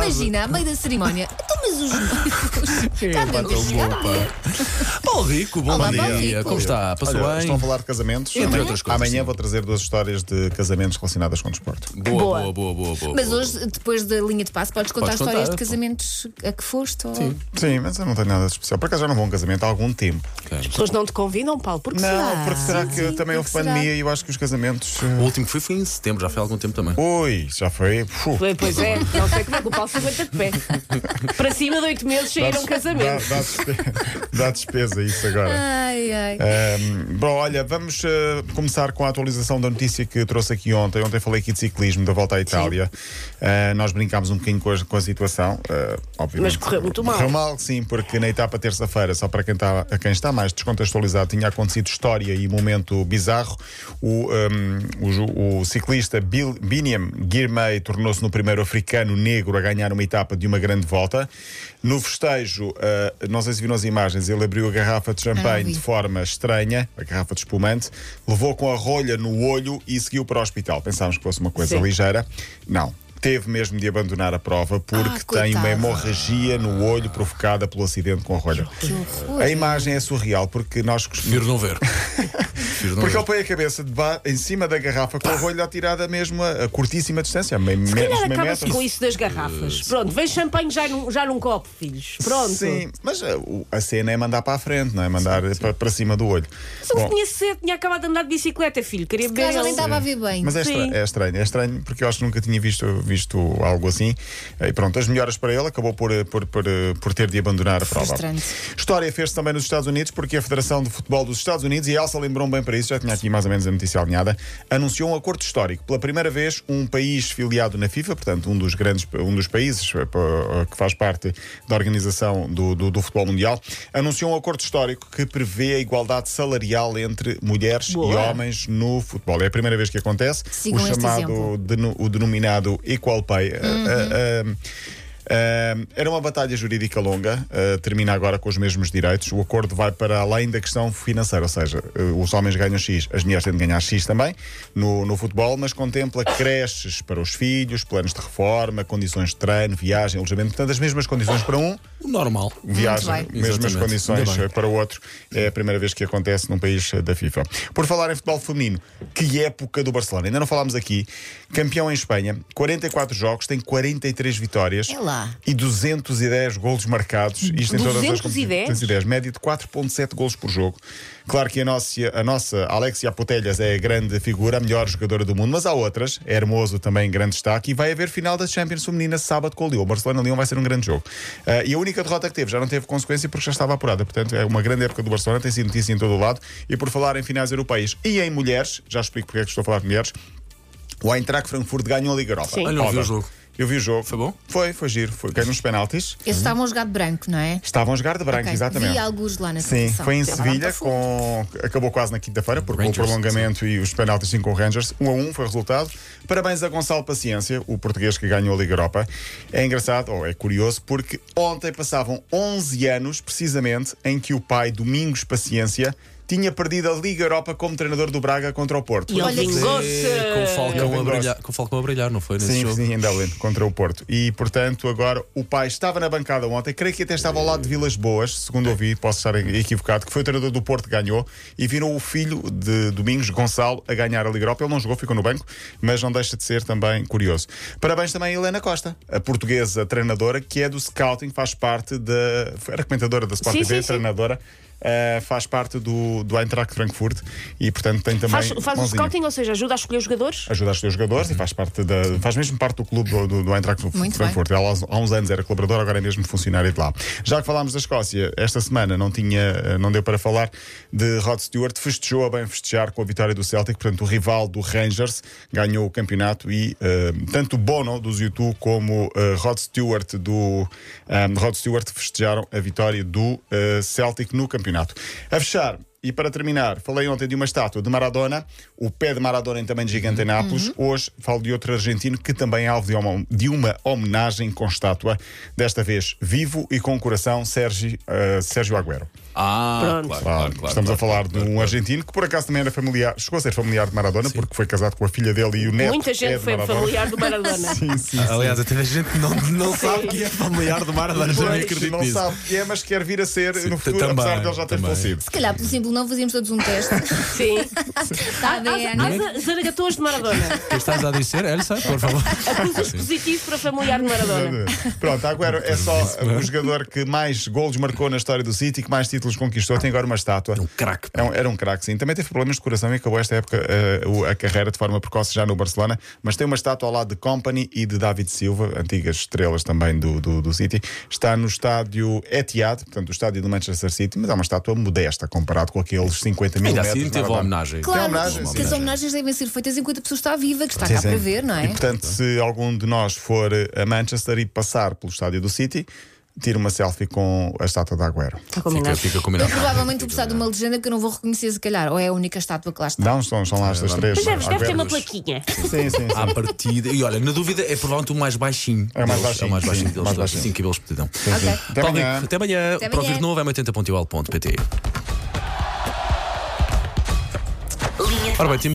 imagina, a meio da cerimónia. Então, mas os. Está pá, bem, tão mas- bom, pá. Paulo Rico, bom Olá, dia. Paulo Rico. Como está? Passou Olha, bem? Estão a falar de casamentos? Entre Amanhã- outras coisas, Amanhã sim. vou trazer duas histórias de casamentos relacionadas com o desporto. Boa, boa, Boa. boa, boa, boa. Mas hoje, depois da linha de passo, podes contar Podes contar, histórias pô. de casamentos a que foste? Ou... Sim. Sim, mas eu não tenho nada de especial. Por acaso já não vou a um casamento há algum tempo. Ok. As pessoas não te convidam, Paulo, porque Não, porque será sim, que sim, também houve porque será? pandemia e eu acho que os casamentos. eh, O último que fui foi em setembro, já foi há algum tempo também. Ui, já foi. Puh. Pois- Pois é, não sei como é que o Paulo se aguenta de pé. Para cima de oito meses sair a um Dá, casamento. dá despe- dá despesa isso agora. Ai, ai. É. Ahm, bom, olha, vamos ah, começar com a atualização da notícia que trouxe aqui ontem. Ontem falei aqui de ciclismo, da volta à Itália. Ah, nós brincámos um bocadinho com a, com a situação. ah, obviamente. Mas correu muito mal. Correu mal, sim, porque na etapa terça-feira, só para quem está, a quem está mais descontextualizado, tinha acontecido história e momento bizarro. O, ahm, o ju- o, ciclista Bil, Biniam Girmay tornou-se no primeiro africano negro a ganhar uma etapa de uma grande volta. No festejo, ah, não sei se viram as imagens, ele abriu a garrafa de Ah, champanhe vi. de forma estranha, a garrafa de espumante, levou com a rolha no olho e seguiu para o hospital. Pensámos que fosse uma coisa Sim. ligeira. Não. Teve mesmo de abandonar a prova Ah, porque tem coitado. uma hemorragia no olho provocada pelo acidente com a rolha. Que horror. A imagem é surreal porque nós costumamos. Prefiro não ver. Prefiro não Porque ele ver. põe a cabeça de ba- em cima da garrafa com a rolha atirada mesmo a, a curtíssima distância, a me- menos Se calhar de meio acaba-se metro. com isso das garrafas. Pronto, vem champanhe já num, já num copo, filhos. Pronto. Sim, mas uh, o- a cena é mandar para a frente, não é? Mandar Para, para cima do olho. Se não Bom, tinha cedo, tinha acabado de andar de bicicleta, filho. Queria Cara, beber. já nem ele. estava a ver bem. Mas é, estra- Sim. é estranho, é estranho, porque eu acho que nunca tinha visto, visto algo assim. E pronto, as melhoras para ele acabou por, por, por, por ter de abandonar a prova. Frustrante. História fez-se também nos Estados Unidos, porque a Federação de Futebol dos Estados Unidos, e a Elsa lembrou bem para isso, já tinha aqui mais ou menos a notícia alinhada, anunciou um acordo histórico. Pela primeira vez, um país filiado na FIFA, portanto, um dos grandes, um dos países eh, pá, que faz parte da organização do, do, do futebol mundial, anunciou um acordo histórico que prevê a igualdade salarial entre mulheres e Boa. homens homens no futebol. É a primeira vez que acontece. Sigam o este chamado, exemplo. Uhum. deno- o denominado Equal Pay. Ah, ah, ah, ah, era uma batalha jurídica longa, ah, termina agora com os mesmos direitos. O acordo vai para além da questão financeira, ou seja, ah, os homens ganham X, as mulheres têm de ganhar X também no, no futebol, mas contempla creches para os filhos, planos de reforma, condições de treino, viagem, alojamento, portanto, as mesmas condições para um O normal. viagem, bem. mesmas Exatamente. condições Ainda bem. eh, para o outro. É a primeira vez que acontece num país eh, da FIFA. Por falar em futebol feminino, que época do Barcelona. Ainda não falámos aqui. Campeão em Espanha, 44 jogos, tem 43 vitórias É lá. e 210 golos marcados. Isto em todas as 210? competições. 210, média de 4.7 golos por jogo. Claro que a nossa, a nossa Alexia Putelhas é a grande figura, a melhor jogadora do mundo, mas há outras. É Hermoso também em grande destaque. E vai haver final da Champions Feminina sábado com o Lyon. O Barcelona-Lyon vai ser um grande jogo. Ah, e a única derrota que teve já não teve consequência porque já estava apurada. Portanto, é uma grande época do Barcelona, tem sido notícia em todo o lado. E por falar em finais europeias e em mulheres, já explico porque é que estou a falar de mulheres, o Eintracht Frankfurt ganhou a Liga Europa. Sim. Olha, não vi Roda. o jogo. Eu vi o jogo. Foi bom? Foi, foi giro. Foi, ganhou nos penaltis. Eles estavam a jogar de um branco, não é? Estavam a jogar de branco, Ok, exatamente. Vi alguns lá na Sim, seleção. foi em Estava Sevilha, muito fogo. com... acabou quase na quinta-feira, porque com o Rangers, prolongamento e os penaltis sim com o Rangers. 1 a 1 foi o resultado. Parabéns a Gonçalo Paciência, o português que ganhou a Liga Europa. É engraçado, ou é curioso, porque ontem passavam 11 anos, precisamente, em que o pai, Domingos Paciência, tinha perdido a Liga Europa como treinador do Braga contra o Porto. E ele Olha que- vingou-se. É, com o Falcão Ele a vingou-se. brilhar, com o Falcão a brilhar, não foi? Nesse Sim, jogo. sim, em Dublin, contra o Porto. E, portanto, agora o pai estava na bancada ontem, creio que até estava ao lado de Vilas Boas, segundo ouvi, posso estar equivocado, que foi o treinador do Porto que ganhou e virou o filho de Domingos Gonçalo a ganhar a Liga Europa. Ele não jogou, ficou no banco, mas não deixa de ser também curioso. Parabéns também a Helena Costa, a portuguesa treinadora que é do Scouting, faz parte da. Era comentadora da Sport Sim, TV, sim, sim. treinadora. eh, faz parte do, do Eintracht Frankfurt e, portanto, tem também. Faz, faz o mãozinha scouting, ou seja, ajuda a escolher os jogadores. ajuda a escolher os jogadores e faz parte da, faz mesmo parte do clube do, do, do Eintracht Muito Frankfurt. Ela há- há uns anos era colaboradora, agora é mesmo funcionária de lá. Já que falámos da Escócia, esta semana não tinha, eh, não deu para falar de Rod Stewart, festejou a bem festejar com a vitória do Celtic, portanto o rival do Rangers ganhou o campeonato e eh, tanto Bono dos YouTube como eh, Rod Stewart do eh, Rod Stewart festejaram a vitória do eh, Celtic no campeonato. A fechar E para terminar, falei ontem de uma estátua de Maradona, o pé de Maradona em tamanho gigante em Uhum. Nápoles. Hoje falo de outro argentino que também é alvo de uma, de uma homenagem com estátua, desta vez vivo e com coração, Sérgio, eh, Sérgio Agüero. Ah, claro, Pronto. claro, Claro, claro. Estamos a claro, falar claro, de um claro. argentino que por acaso também era familiar, chegou a ser familiar de Maradona, porque foi casado com a filha dele e o neto. Muita é de gente foi Maradona. familiar do Maradona. Sim, sim. Aliás, até a gente que não, não sabe que é familiar do Maradona, já nem Pois, acredito não nisso. sabe que é, mas quer vir a ser Sim, no futuro, também, apesar de ele já ter também. falecido. Se calhar, por exemplo, não fazíamos todos um teste. Sim. Está Há ADN. za- zaragatuas de Maradona. O que estás a dizer, Elsa, por favor? Acusas positivo para familiar de Maradona. Pronto, agora é só o jogador que mais golos marcou na história do City, que mais títulos conquistou, tem agora uma estátua. Um craque. É um- era um craque, sim. Também teve problemas de coração e acabou esta época eh, o- a carreira de forma precoce já no Barcelona. Mas tem uma estátua ao lado de Company e de David Silva, antigas estrelas também do, do, do City. Está no estádio Etihad, portanto, o estádio do Manchester City, mas é uma estátua modesta comparado com aqueles 50 mil Ainda metros. é assim de teve uma Maradona. homenagem. Claro, Tem homenagens, que as sim. homenagens devem ser feitas enquanto a pessoa está viva, que está Sim, cá sim. para ver, não é? E portanto, se algum de nós for eh, a Manchester e passar pelo estádio do City, tira uma selfie com a estátua de Agüero. Está Fica, combinado. fica Eu combinado. Então, provavelmente vou precisar de uma legenda que eu não vou reconhecer, se calhar. Ou é a única estátua que lá está. Não, são, são lá estas três. Mas deve, deve ter uma Agueros. plaquinha. Sim, sim, sim. À partida. E olha, na dúvida, é provavelmente o mais baixinho. É o mais deles. É baixinho, o mais sim, baixinho deles. mais todos. baixinho. Sim, que belos petidão. Ok. Até Paulo amanhã. Rico, Até amanhã. Até Para ouvir amanhã. de novo é 80.ol.pt. Ora bem, temos